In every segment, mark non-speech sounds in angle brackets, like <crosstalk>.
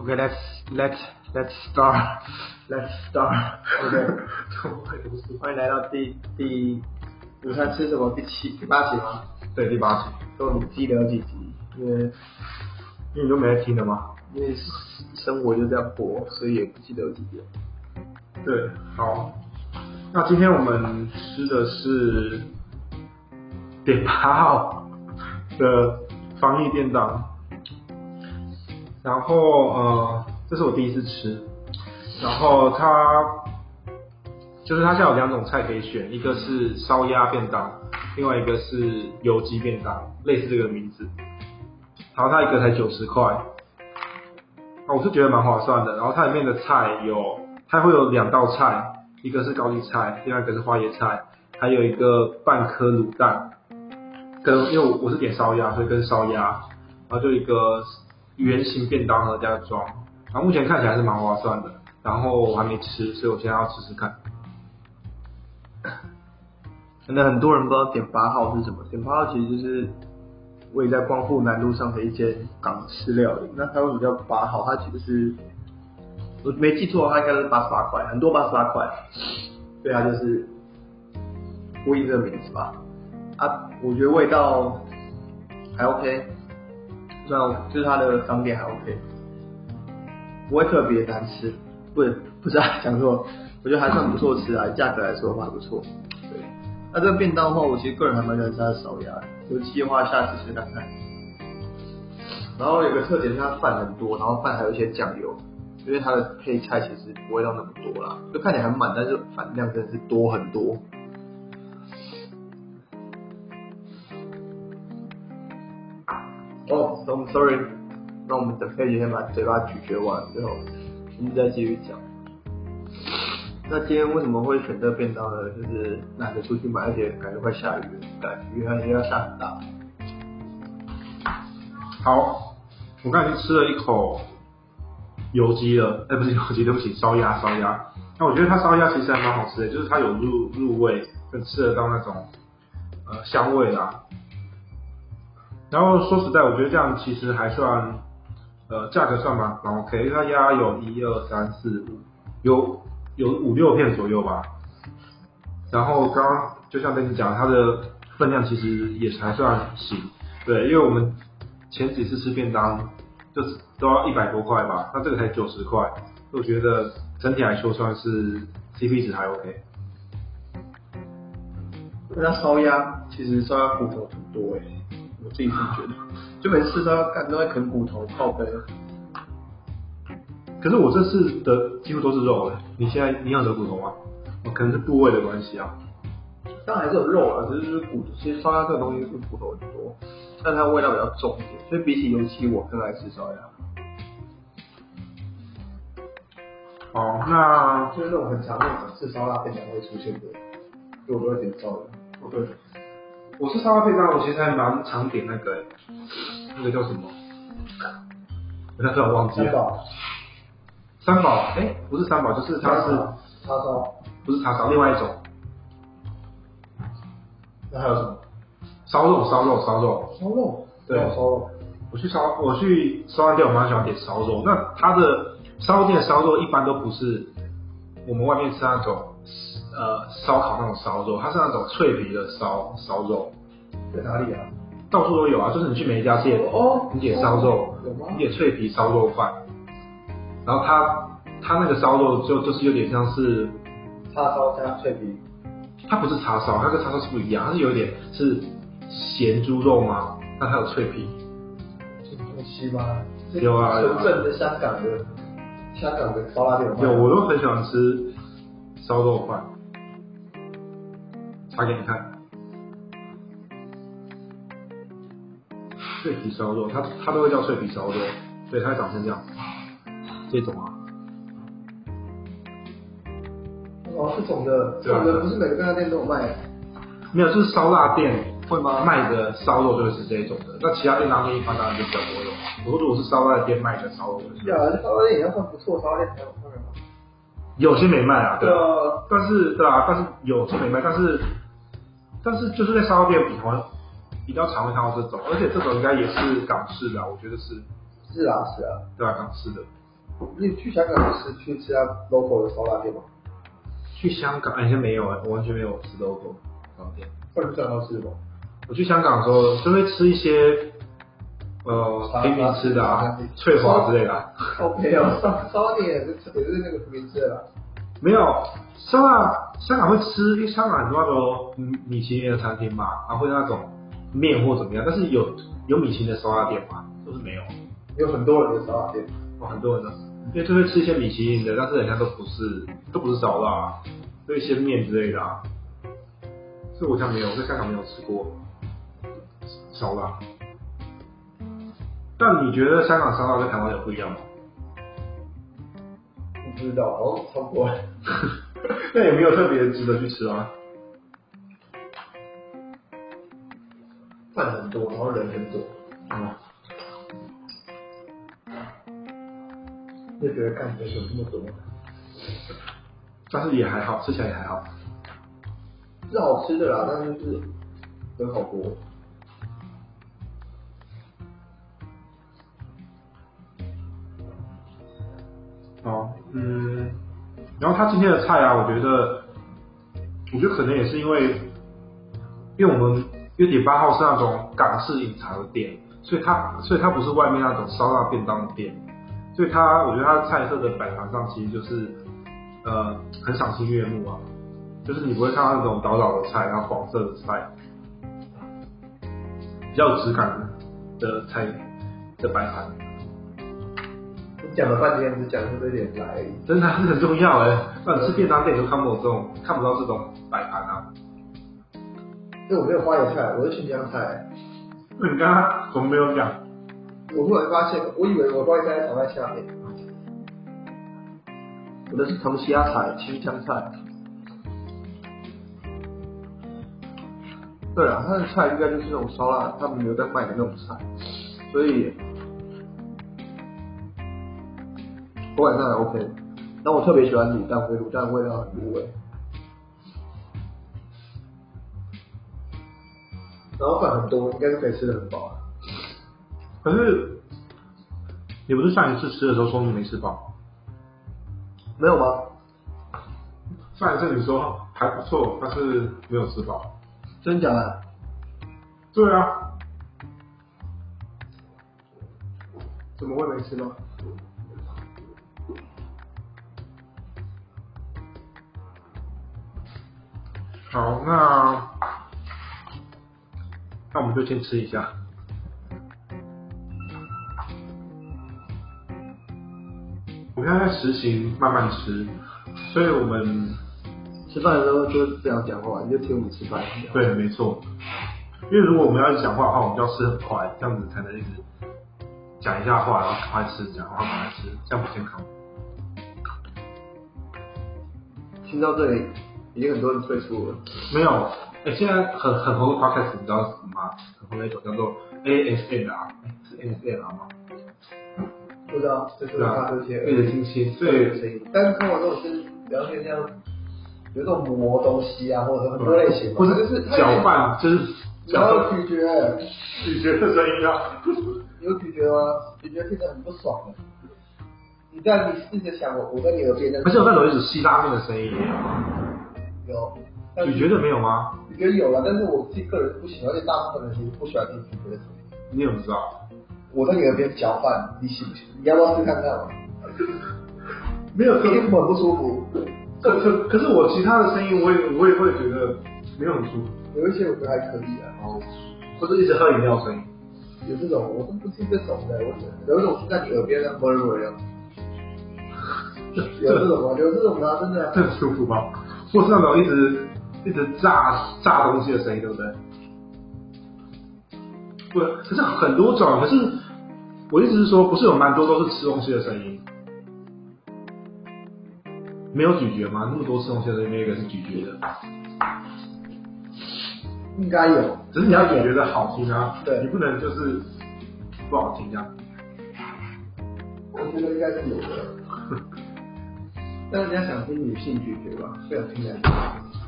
Okay, let's let's let's start, <laughs> let's start. <laughs> OK，欢迎来到第第，午餐吃什么？第七、第八集吗？对，第八集，都你自己聊几集？因为因为你都没在听的吗？因为生活就这样过，所以也不记得有几集。对，好，那今天我们吃的是点八号的防疫便当，然后呃，这是我第一次吃，然后它就是它现在有两种菜可以选，一个是烧鸭便当，另外一个是油鸡便当，类似这个名字，然后它一个才九十块，啊，我是觉得蛮划算的，然后它里面的菜有。它会有两道菜，一个是高丽菜，另外一个是花椰菜，还有一个半颗卤蛋，跟因为我我是点烧鸭，所以跟烧鸭，然后就一个圆形便当盒加装，然后目前看起来还是蛮划算的，然后我还没吃，所以我现在要试试看。 <coughs> 可能很多人不知道点八号是什么，点八号其实就是位在光复南路上的一间港式料理。那它为什么叫八号？它其实是我没记错，它应该是八十八块，很多八十八块。对啊，就是呼应这个名字吧。啊，我觉得味道还 OK，那就是它的商店还 OK，不会特别难吃，不不是啊，讲错，我觉得还算不错吃啊，价格来说的话还不错。对，那这个便当的话，我其实个人还蛮喜欢吃它的烧鸭的，有计划下次吃看看。然后有个特点是它饭很多，然后饭还有一些酱油，因为它的配菜其实不会到那么多啦，就看起来很满，但是饭量真的是多很多。哦、s o sorry，那我们等可以先把嘴巴咀嚼完之后，我们再继续讲。那今天为什么会选这个便当呢？就是懒得出去买，而且感觉快下雨了，感觉好像要下很大。好，我刚才已经吃了一口油鸡了，哎、不是油鸡，对不起，烧鸭，烧鸭。那我觉得它烧鸭其实还蛮好吃的，就是它有入入味，就吃得到那种呃香味啦。然后说实在，我觉得这样其实还算呃价格算蛮蛮 OK，因为它鸭有一二三四五，有有五六片左右吧。然后刚刚就像跟你讲，它的分量其实也还算行，对，因为我们前几次吃便当就都要一百多块吧，那这个才九十块，我觉得整体来说算是 CP 值还 OK。那烧鸭其实烧鸭骨头很多哎、我自己是觉得，就每次吃烧鸭干都在啃骨头，啊靠背。可是我这次的几乎都是肉了，你现在你有有骨头吗？哦可能是部位的关系啊。当然还是有肉啊，只是就是骨头。其实烧鸭这个东西是骨头很多，但它味道比较重一点，所以比起油漆我更爱吃烧鸭，哦，那就是那种很常那种吃烧腊便当会出现的，所以我都会点烧鸭。我对，我是烧腊配方，我其实还蛮常点那个欸，那个叫什么？我突然忘记三了。宝，三宝，哎、不是三宝，就是它是叉烧，不是叉烧？另外一种那还有什么？烧肉，烧肉，烧肉。烧肉，对烧肉。我去烧，我去烧肉店，我蛮喜欢点烧肉。那它的烧肉店的烧肉一般都不是我们外面吃那种呃烧烤那种烧肉，它是那种脆皮的烧烧肉，在哪里啊？到处都有啊。就是你去每一家店，哦你点烧肉有吗，你点脆皮烧肉饭，然后它它那个烧肉就就是有点像是叉烧加脆皮，它不是叉烧，它跟叉烧是不一样，它是有点是咸猪肉吗？那它有脆皮，这东西吗？有啊有啊纯正的香港的，香港的烧腊店吗对，我都很喜欢吃烧肉饭，查给你看。脆皮烧肉，它它都会叫脆皮烧肉，对，它会长成这样，这种啊，哦，这种的，这对啊种的不是每个便当店都有卖，啊没有，就是烧腊店会吗卖的烧肉就会是这种的，那其他便当店一般当然就比较不会有。我说如果是烧腊店卖的烧肉，就是对啊，这烧腊店也要算不错，烧腊店才有客人嘛。有些没卖啊，对啊。啊，但是对啊，但是有些没卖，但是但是就是在烧肉店比常比较常会看到这种，而且这种应该也是港式的啊、我觉得是是啊是啊，对啊港式的，你去香港是去吃他 local 的烧腊店吗？去香港，哎，现在没有啊，我完全没有吃 local 早餐店。不然你想到吃什么？我去香港的时候，就会吃一些呃平民吃的 <laughs> 啊，翠华之类的啊、 OK 哦，烧烧腊店也是也是那个名字啦。没有，香港香港会吃，因为香港很多那种米米其林的餐厅嘛，然、后会那种面或怎么样，但是有有米其林的烧腊店吗？就是没有，有很多人的烧腊店，哇，哦很多人呢，因为就会吃一些米其林的，但是人家都不是都不是烧腊、啊，就一些面之类的啊。所以我好像没有，我在香港没有吃过烧腊。但你觉得香港烧腊跟台湾有不一样吗？ <laughs> 不知道，哦好像差不多。那也没有特别值得去吃啊。 <laughs> 饭很多，然后人很多，嗯，就觉得看为什么这么多？但是也还好，吃起来也还好。 <laughs> 是好吃的啦，但是就是人好多。哦，嗯，然后他今天的菜啊，我觉得，我觉得可能也是因为，因为我们因为点八号是那种港式饮茶的店，所以它所以它不是外面那种烧腊便当的店，所以它我觉得它的菜色的摆盘上其实就是，呃，很赏心悦目啊，就是你不会看到那种倒倒的菜，然后黄色的菜，比较有质感的菜的摆盘，你讲了半天，只讲出这点来，真的很重要哎、不然吃便当店你都看不懂这种，看不到这种摆盘啊。因为我没有花椰菜，我是新疆菜。那你刚刚怎么没有讲？我忽然发现，我以为我花椰菜在炒在下面，我的是唐西亚菜、新疆菜。对啊，他的菜应该就是那种烧腊，他们没有在卖的那种菜，所以口感上还 OK。然后我特别喜欢卤蛋味，卤蛋味道很入味。然后饭很多，应该是可以吃的很饱啊。可是你不是上一次吃的时候说你没吃饱？没有吗？上一次你说还不错，但是没有吃饱。真假的？对啊，怎么会没吃呢？好，那那我们就先吃一下。我们现在在实行慢慢吃，所以我们吃饭的时候就不要讲话，你就听我们吃饭。对，没错。因为如果我们要一直讲话的话，我们就要吃很快，这样子才能一直讲一下话，然后赶快吃，讲话赶快吃，这样不健康。听到这里，已经很多人退出了。没有，哎、现在很很红的 podcast，你知道是什么吗？很红的一种叫做 ASMR，是 ASMR 吗？不知道，就是对啊怕这，些为了听清，所对以声音。但是跟我这种是聊天这样，有一种磨东西啊，或者很多类型嘛，或者就是搅，拌，就是搅然后拌咀嚼，咀嚼的声音啊。你有咀嚼吗？咀嚼听着很不爽的。你在你试着想我，我在你耳边的而且有那种一种吸拉面的声音，有，但你觉得没有吗？咀嚼有了，但是我自己个人不喜欢，而且大部分人其实不喜欢听咀嚼的声音。你怎么知道？我在你耳边搅拌，你喜不喜？你要不要试看看嘛？没有一定很不舒服。可可可是我其他的声音，我也我也会觉得没有很舒服。有一些我觉得还可以啊，哦，或者一直喝饮料的声音。有这种我都不听这种的，我觉得有一种是在你耳边的温柔 <laughs> 的，有这种吗？有这种吗？真的啊、这很舒服吧？或是那种一直一直炸炸东西的声音，对不对？不，可是很多种。可是我意思是说，不是有蛮多都是吃东西的声音，没有咀嚼吗？那么多吃东西的声音，没有一个是咀嚼的。应该有。只是你要咀嚼的好听啊，对你不能就是不好听啊。我觉得应该是有的。但人家想听女性咀嚼吧，不想听男性，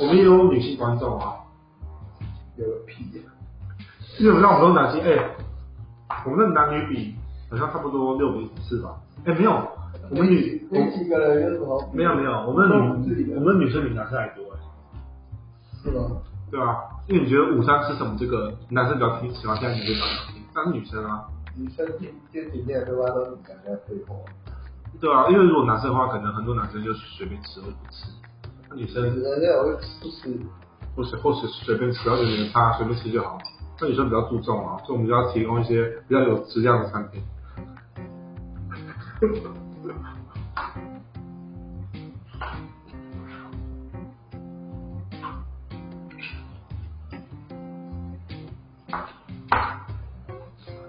我们也有女性观众啊，有个屁啊呀、基本上我们都男性，哎、我们的男女比好像差不多六比四吧，哎，没有，我们女那我几个人有什么好比？没有没有，我们都是我们自己女的我们女生比男生还多哎，是吗？对啊，因为你觉得午餐吃什么这个，男生比较听喜欢现在女生比较听，但是女生啊，女生店店里面对吧，都是感觉配合，对啊，因为如果男生的话，可能很多男生就随便吃或不吃，那女女生生那种不吃，或是或是随便吃，而且没差，随便吃就好。那女生比较注重啊，所以我们就要提供一些比较有质量的产品。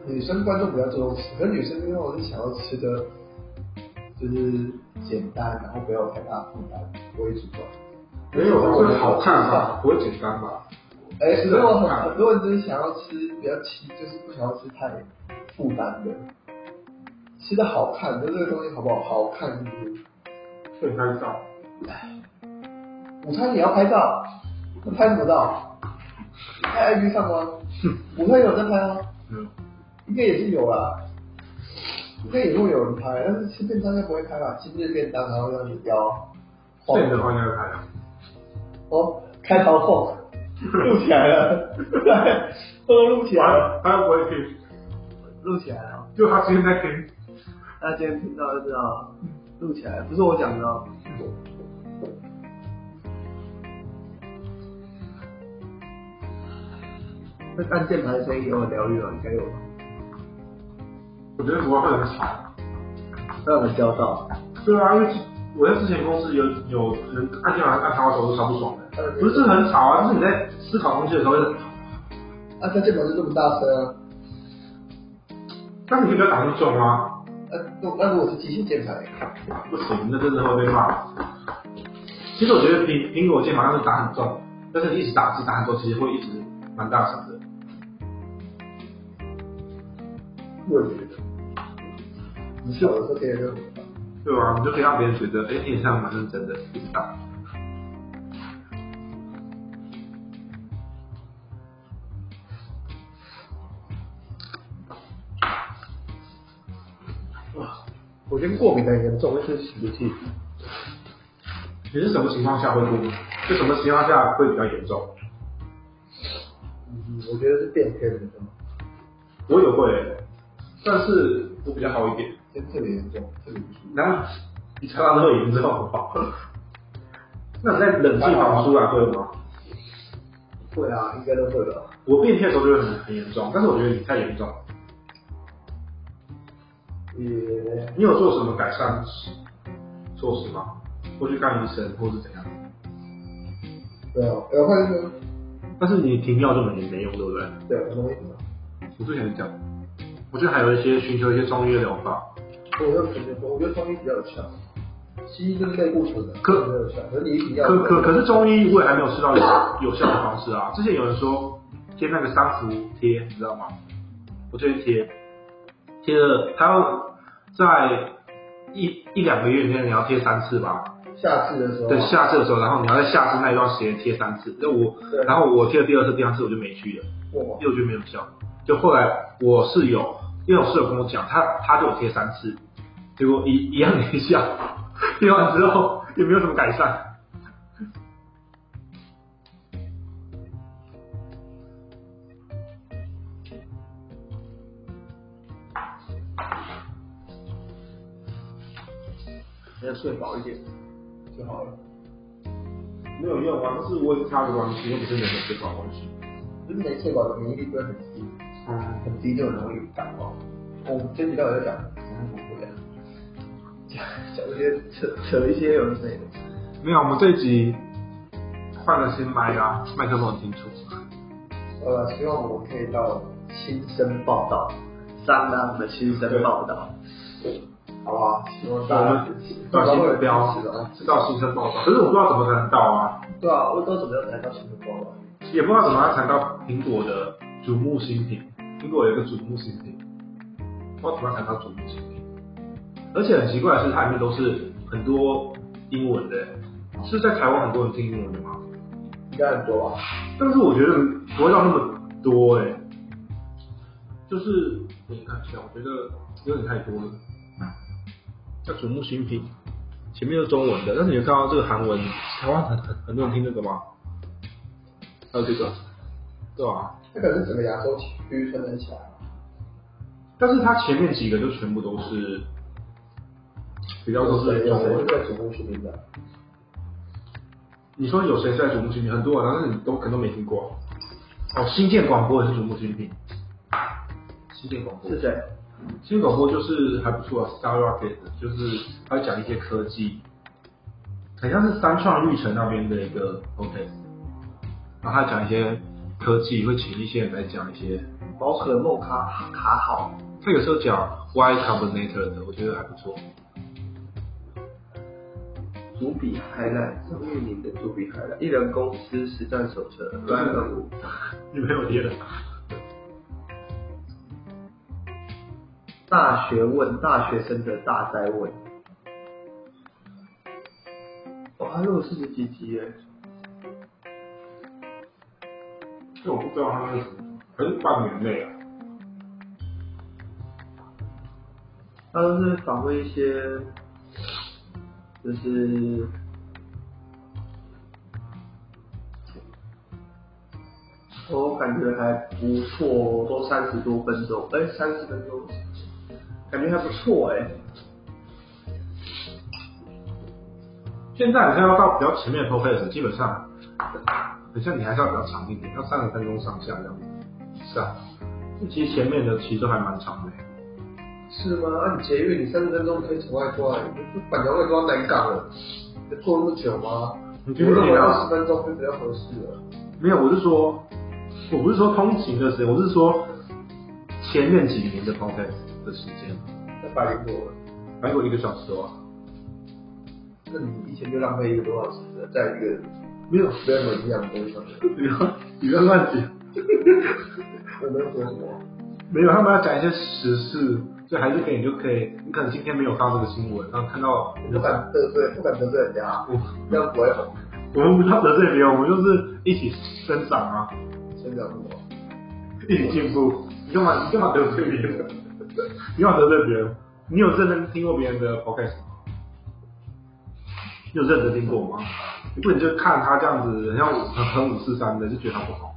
女生观众比较注重吃，可是女生因为我是想要吃的，就是简单，然后不要有太大负担为主吧。没有，这好看吧？不会简单吧？哎、是欸，的如果很很多人就是想要吃比较轻，就是不想要吃太负担的，吃的好看，就这个东西好不好？好看就是会拍照，午餐也要拍照，那拍什么照？在 IG 上吗？午餐有人在拍啊，嗯，应该也是有啦，应该也会有人拍，但是吃便当应该不会拍吧？今日便当然后让你腰晃这个的话应该拍啊。哦，开朝缝，录起来了， <laughs> 都录起来了，还还有不会听，录起来了，就他今天在听，大家今天听到就知道了，录起来了不是我讲的哦，那按键盘的声音有很疗愈哦，应该有吧？我觉得不会会很吵。让人飙到，对啊，因为我在之前公司有有人按键盘按长的时候都超不爽的，呃不是很吵啊，就是你在思考东西的时候，啊，他键盘就这么大声啊。但你可以不要打那么重啊，那那那如果是机械键盘，不行，那真的会被骂。其实我觉得苹苹果键盘要是打很重，但是你一直打字打很多，其实会一直蛮大声的。我也觉得，你小的时候可以认为吧对啊，你就可以让别人觉得，哎、你好像蛮认真的，一直打。我觉得过敏的很严重，会是洗不器。你是什么情况下会过敏？就什么情况下会比较严重？嗯，我觉得是变天的。我也会、但是我比较好一点。真特别严重，特别不舒服。那你常常都很严重好不好？ <laughs> 那你在冷气房出来会吗？会啊，应该都会吧。我变天的时候就会很很严重，但是我觉得你太严重了。也你有做什么改善措施吗？或去看医生，或是怎样？对啊，然后就是但是你停药就没没用，对不对？对很容易嘛，我之前讲，我觉得还有一些寻求一些中医的疗法，我就感觉我觉得中医比较有效，西医就是类固醇的，可比较有效，可是你比较可可可是中医我也还没有吃到有有效的方式啊。之前有人说贴那个三伏贴，你知道吗？我最近贴贴了，他要在一一两个月内你要贴三次吧。夏至的时候对，夏至的时候，然后你要在夏至那一段时间贴三次。那我对，然后我贴了第二次、第三次我就没去了，哇因为我觉得没有效。就后来我室友，因为我室友跟我讲，他他就有贴三次，结果一一样 <laughs> 没效，贴完之后也没有什么改善。要睡饱一点。就好了。没有用啊，但是我也是他的关系，又不是你的思考关系。就是没睡饱的免疫力就会很低，嗯，很低就很容易感冒。我们这集到底在讲什么不会啊？讲讲这些扯扯一些有的没的。没有，我们这一集换了新麦啊，麦克风很清楚。呃，希望我们可以到亲身报道，三啊郎的亲身报道， <laughs> 好不好？希望我大家们到新目标是的，，知道新生报道，可是我不知道怎么才能到啊。对啊，我都怎么样才到亲身报道？也不知道怎么样谈到苹果的瞩目新品。苹果有一个瞩目新品，不知道怎么样谈到瞩目新品。而且很奇怪的是，它里面都是很多英文的，是在台湾很多人听英文的吗？应该很多吧？但是我觉得不会到那么多哎、就是我看一下，我觉得有点太多了。嗯叫瞩目新品，前面是中文的，但是你有看到这个韩文，台湾很很很多人听这个吗？还有这个，对啊，这个是整个亚洲区分得起来啊吗。但是它前面几个就全部都是比较都是有中谁文是。在瞩目新品的？你说有谁在瞩目新品？很多人，啊但是你都可能都没听过。哦，新建广播也是瞩目新品。新建广播是谁？新建广播就是还不错啊，Star Rocket，就是它会讲一些科技，很像是三创绿城那边的一个 OK，然后它讲一些科技，会请一些人来讲一些，宝可梦卡卡好，他有时候讲 Y Combinator 的，我觉得还不错。主笔海览，张玉宁的主笔海览，一人公司实战手册对二二五，你没有听？大学问大学生的大灾问。哦，他录了四十几集耶，这我不知道他是什么，还是半年内啊？他都是访问一些，就是我感觉还不错哦，都三十多分钟，哎、三十分钟，感觉还不错哎、现在好像要到比较前面的 podcast，基本上，好像你还是要比较长一点，要三十分钟上下这样子。是啊，其实前面的其实都还蛮长的。是吗？那、你捷运你三十分钟可以从外过来，你不板桥会到南港了，你坐那么久吗？你觉我得怎认么为样二十分钟就比较合适了。没有，我是说，我不是说通勤的时间，我是说前面几名的 podcast 的时间，那百灵果，还有一个小时哦。那你一天就浪费一个多小时了，在一个没有，没有什么营养的东西上面。不要不要乱讲。我能说什么？没有，他们要讲一些时事，所以还是可以，你就可以，你可能今天没有看到这个新闻，然后看到我不敢得罪，不敢得罪人家，我这样不会红。我们不要得罪别哦人，我们就是一起生长啊，先讲什么？一起进步。你干嘛？你干嘛得罪别人？ <laughs> 你干嘛得罪别人？你有认真听过别人的 podcast 吗？你有认真听过吗？你不能就看他这样子，很像五很很五四三的，就觉得他不好。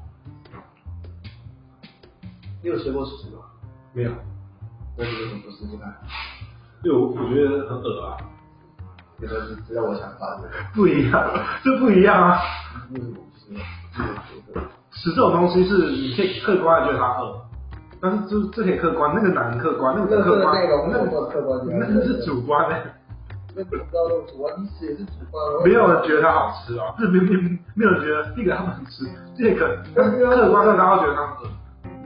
你有学过数吗？没有，我觉得很不是不看，因为我我觉得很恶啊，你说你知道我想法的，不一样， <laughs> 这不一样啊。为什么不是？嗯死这种东西是你可以客观的觉得它恶，但是这这可以客观，那个难客观，那那个个客观，内容那那么客观，那个是主观的、那不知道那主观，你也是主观。没有人觉得它好吃啊，这没没没有人觉得这个它难吃，这个但是客观上大家会觉得它恶，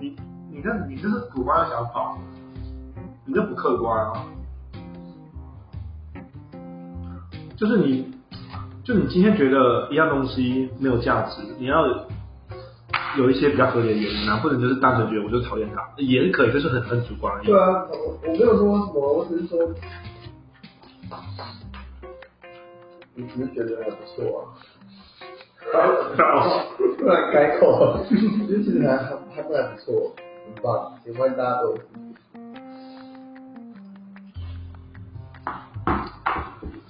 你你那你这是主观的想法，你这不客观啊，就是你就你今天觉得一样东西没有价值，你要有一些比较合理的原因啊，或者你就是单纯觉得我就讨厌它也是可以，就是很很主观而已。对啊，我我没有说什么，我只是说，你只是觉得还不错啊， <laughs> 突然改口，就其实还还还不还不错，很棒，也欢迎大家都。 <laughs>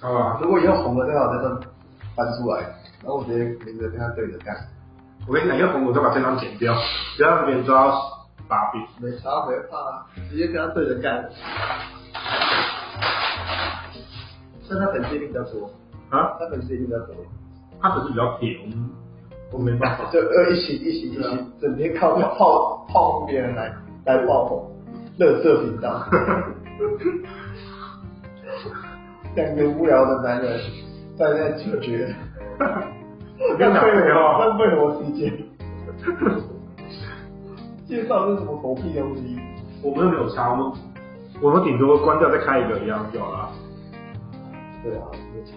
好吧，如果以后红了，最好再翻翻出来，然后我直接名字跟他对着干，我跟你讲，要红我都把这张剪掉，不要让别人抓到把柄。没差没怕，啊直接跟他对着 <laughs> 干。但他粉丝一定比较多，啊，他粉丝一定比较多，他可是比较铁，我们我没办 <laughs> 法。就呃一起一起一起，整天靠靠靠别人来来爆红，乐色频道，两个无聊的男人在那解决，浪费我浪费我时间，介绍这什么狗屁东西，我们又没有差，我们我们顶多关掉再开一个一样就好了。对啊，没差，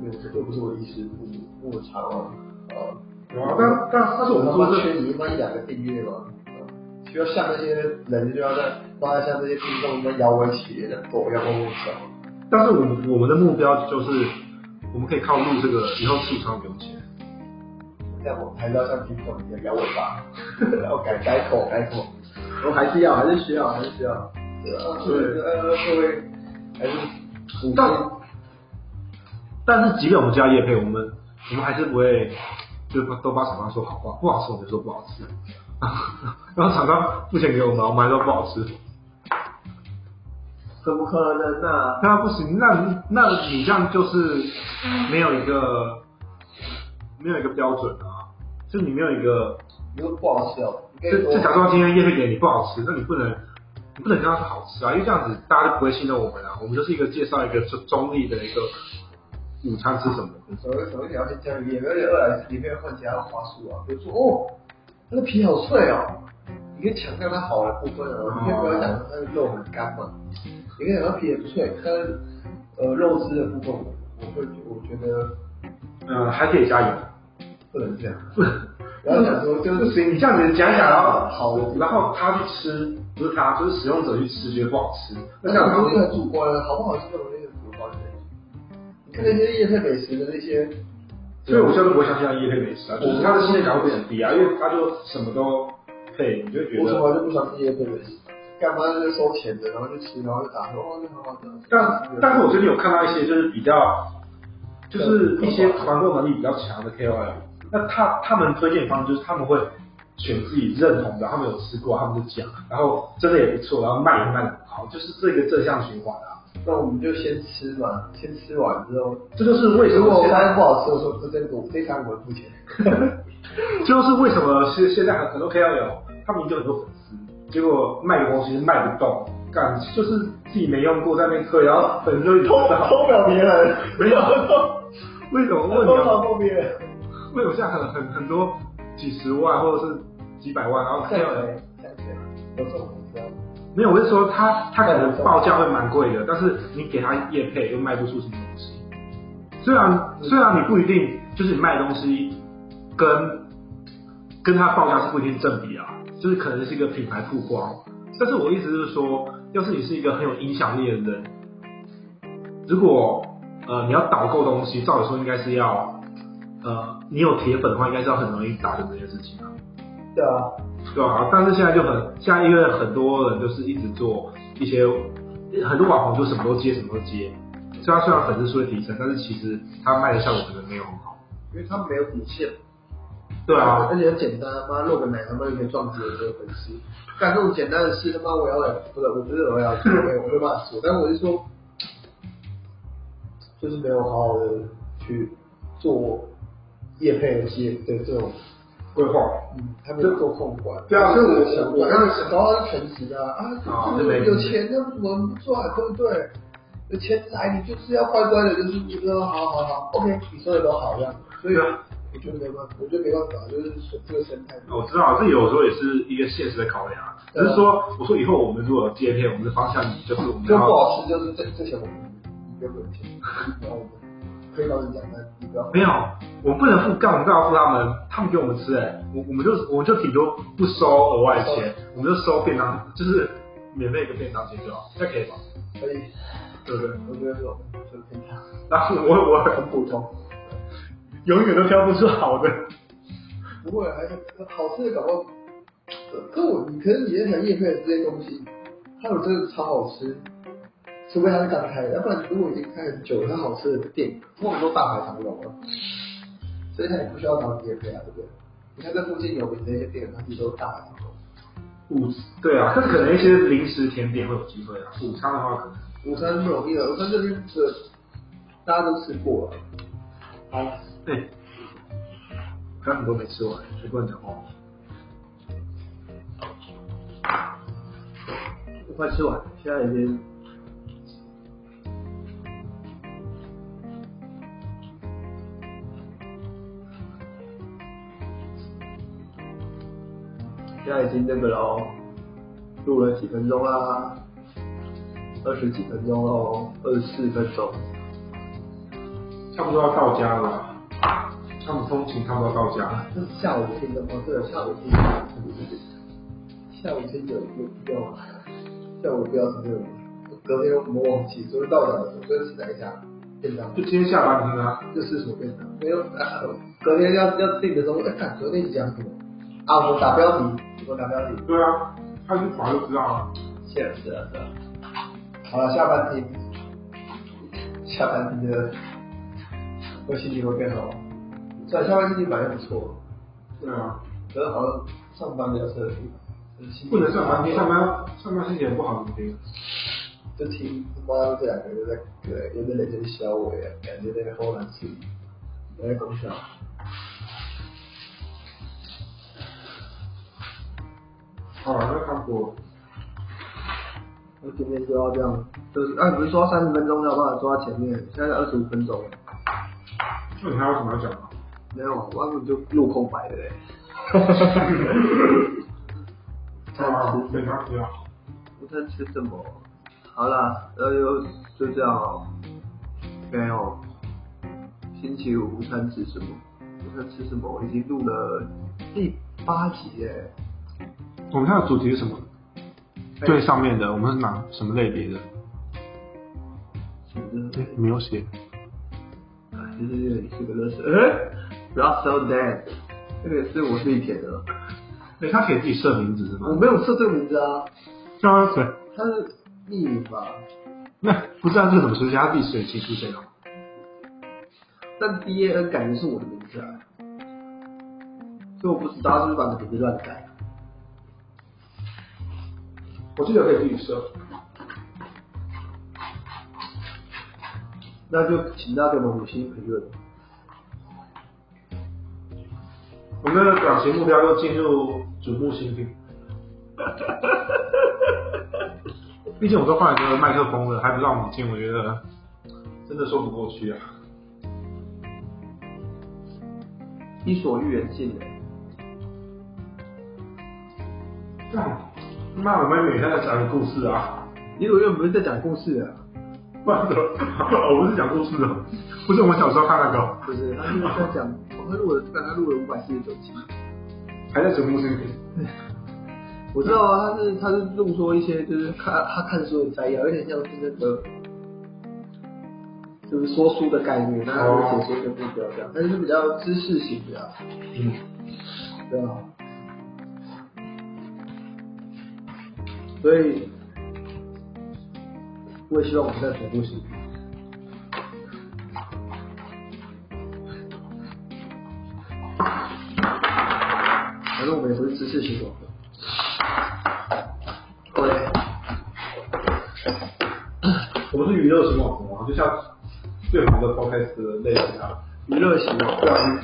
没有这又不是我的衣食父母，那我查了，呃。有啊，但但但是我们做缺这你一般一两个订阅嘛，呃需要像那些人就要在，妈的像这些听众他妈摇尾乞怜的狗一样嗡嗡叫。但是我们我们的目标就是我们可以靠录这个以后出场不用钱。但我还是要像听众一样摇尾巴，然后改改口改口，我还是要，还是需要，还是需要。对啊，所以呃各位还是五但分但是即便我们接到夜配，我们我们还是不会就是都帮厂商说好话，不好吃我们就说不好吃， <laughs> 然后厂商付钱给我们，我们还说不好吃，怎么可能啊？那不行，那那你这样就是没有一个没有一个标准啊，就你没有一个，你说不好吃哦，你可就以说就假装今天夜配给你不好吃，那你不能你不能跟他说好吃啊，因为这样子大家就不会信任我们啊，我们就是一个介绍一个中中立的一个午餐吃什么。所谓所谓你要去加入，也没有点饿来，里面换其他的花束啊，比如说哦，它的皮好脆哦，你可以强调它好的部分哦，你可以不要讲它的肉很干嘛，你可以讲它皮很脆，但是呃肉汁的部分我我会我觉得嗯，还可以加油。不能这样，不然后想说就是不行，你这样子讲一讲，然后好然后他去吃，不是他，就是使用者去吃，觉得不好吃，那那讲像东西他很主观的，好不好吃这种东西很主观的。你看那些夜市美食的那些，所以我现在都不会相信他夜配美食啊，嗯就是他的信任感会很低啊，因为他就什么都配，你就觉我从得，来就不相信夜市美食，干嘛在那收钱的，然后就吃，然后就打说哦，那很好吃。但嗯但是我最近有看到一些就是比较，就是一些团购能力比较强的 KOL，那他他们推荐的方式就是他们会选自己认同的，他们有吃过，他们就讲，然后真的也不错，然后卖也卖的很好，就是这个正向循环啊，那我们就先吃嘛，先吃完之后，这就是为什如么果现发现在不好吃，我说这这我这餐我们付钱。就是为什么现现在很很多 KOL，他们就很多粉丝，结果卖的东西卖不动，感就是自己没用过在那边推，然后粉丝就一直偷到偷表别人，没有，为什么偷问题偷啊？偷别人，为什么现在很很很多几十万或者是几百万，然后这 KOL 样这样有这种人知道吗？没有，我是说他他可能报价会蛮贵的，但是你给他业配又卖不出什么东西。虽然虽然你不一定就是你卖东西跟跟他报价是不一定正比啊，就是可能是一个品牌曝光，但是我意思是说，要是你是一个很有影响力的人，如果呃你要导购东西，照理说应该是要呃你有铁粉的话，应该是要很容易达成这件事情啊。对啊，对啊，但是现在就很，现在因为很多人就是一直做一些，很多网红就什么都接，什么都接。虽然虽然粉丝数会提升，但是其实他卖的效果可能没有很好。因为他们没有底线。对啊而，且很简单，妈露个奶他妈就可以撞死我这个粉丝。干这种简单的事，他妈我也要来，不是我不是我也要做，我会骂死我。但我是说，就是没有好好的去做业配的些的这种，规划嗯，他没有做控管。对啊所以我想我我刚才想搞到是全职的啊，啊啊这个有钱那我们不赚，对不对？有钱来你就是要乖乖的，就是你说好好好，OK，你说的都好这样，所以对啊我觉得没办法，我觉得没办法，就是这个生态。我知道，这有时候也是一个现实的考量啊。只是说，我说以后我们如果有接片，我们的方向就是我们就不要好吃，就是这这些我们你不要给我钱，然后我们可以帮你讲，但你不要。没有，我不能付干，我们干嘛付他们？他们给我们吃、哎，我我们就我们就顶多不收额外钱，我们就收便当，就是免费一个便当钱就好，这样可以吧？所以对不对？我觉得这种就是平常，然后我我很普通。永远都挑不出好的。不会，还是呃好吃的搞不好。可可我，你可是你那条叶片的这些东西，它有真的超好吃，除非它是刚开的，要不然如果已经开很久了，它好吃的店，通常都大排长龙了，所以它也不需要当叶片啊，对不对？你看这附近有名的一些店，它其实都是大排长龙。午对啊，但是可能一些零食甜点会有机会啊。午餐的话，可能午餐不容易了，午餐这边的大家都吃过了。好，对，还有很多没吃完，谁不能讲话？我快吃完了，现在已经现在已经那个了哦，录了几分钟啦，二十几分钟喽，二十四分钟。差不多要到家了吧，他们通勤差不多要到家了。这是下午听的吗？对，下午听的，下午听的有必要吗？下午不要听这种，隔天我们忘记，昨天到哪了？我昨天吃哪一家便当？就今天下班听啊，这是什么便当？没有，啊、隔天要要定的时候，哎，看昨天讲什么？啊，我打标题，我打标题。对啊，他一划就知道了。是啊是啊是啊。好了，下半题。下半天觉得我心情会变好，虽然下半天心情本来就不错，对啊，可是好像上班比较特别，不能上班，上班上班心情不好怎么听？就听他妈这两个人在对，又在那边笑我呀，感觉在那边好难处理，我在搞笑。好了，那看过。那今天就要这样，就是啊，不是说三十分钟的，把它抓到前面，现在二十五分钟了，那你还有什么要讲吗？没有，我根本就录空白的嘞。啊，没啥题啊。我在吃什么？好啦，呃，就就这样哦。没有，星期五午餐吃什么？午餐吃什么？我已经录了第八集耶。我们现在的主题是什么？最上面的，我们是哪什么类别的？请问哎，没有写。哎，就是你是个乐色。不要 so dead，这个是我自己填的，哎，他给自己设名字是我吗？没有设这个名字啊，叫他谁？它是匿名吧？那不知道这是什么事情，他自己谁提出谁啊？但 D A N 感觉是我的名字啊，所以我不知道是不是把你的名字乱改。啊我记得可以自己设。那就请大家给我们五星评论。我们的短期目标又进入瞩目新品。毕竟我都换了个麦克风了，还不让我们进，我觉得真的说不过去啊。伊索寓言性的，干，那我们每天在讲故事啊，伊索寓言不是在讲故事啊，不然怎么我不是讲故事的，不是我们小时候看那个，不是，他就是在讲，我们录了，刚才录了五百四十九集。还在瞩目新品。我知道啊，他是他是录说一些就是看他看书的摘要，有点像是那个就是说书的概念，那他会写出一个目标这啊样，但是比较知识型的、啊，嗯，对啊。所以我也希望我们在同步行。反正我们也不是知识型网红。对，我们是娱乐型网红啊，就像最红的 podcast 的类型啊，娱乐型网红对啊，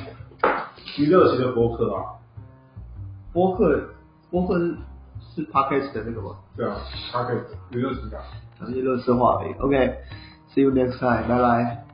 娱乐型的博客啊，播客，播客是是 podcast 的那个吗？对啊，它可以娱乐型的。讲些乐色话而已。OK，see、you next time，拜拜。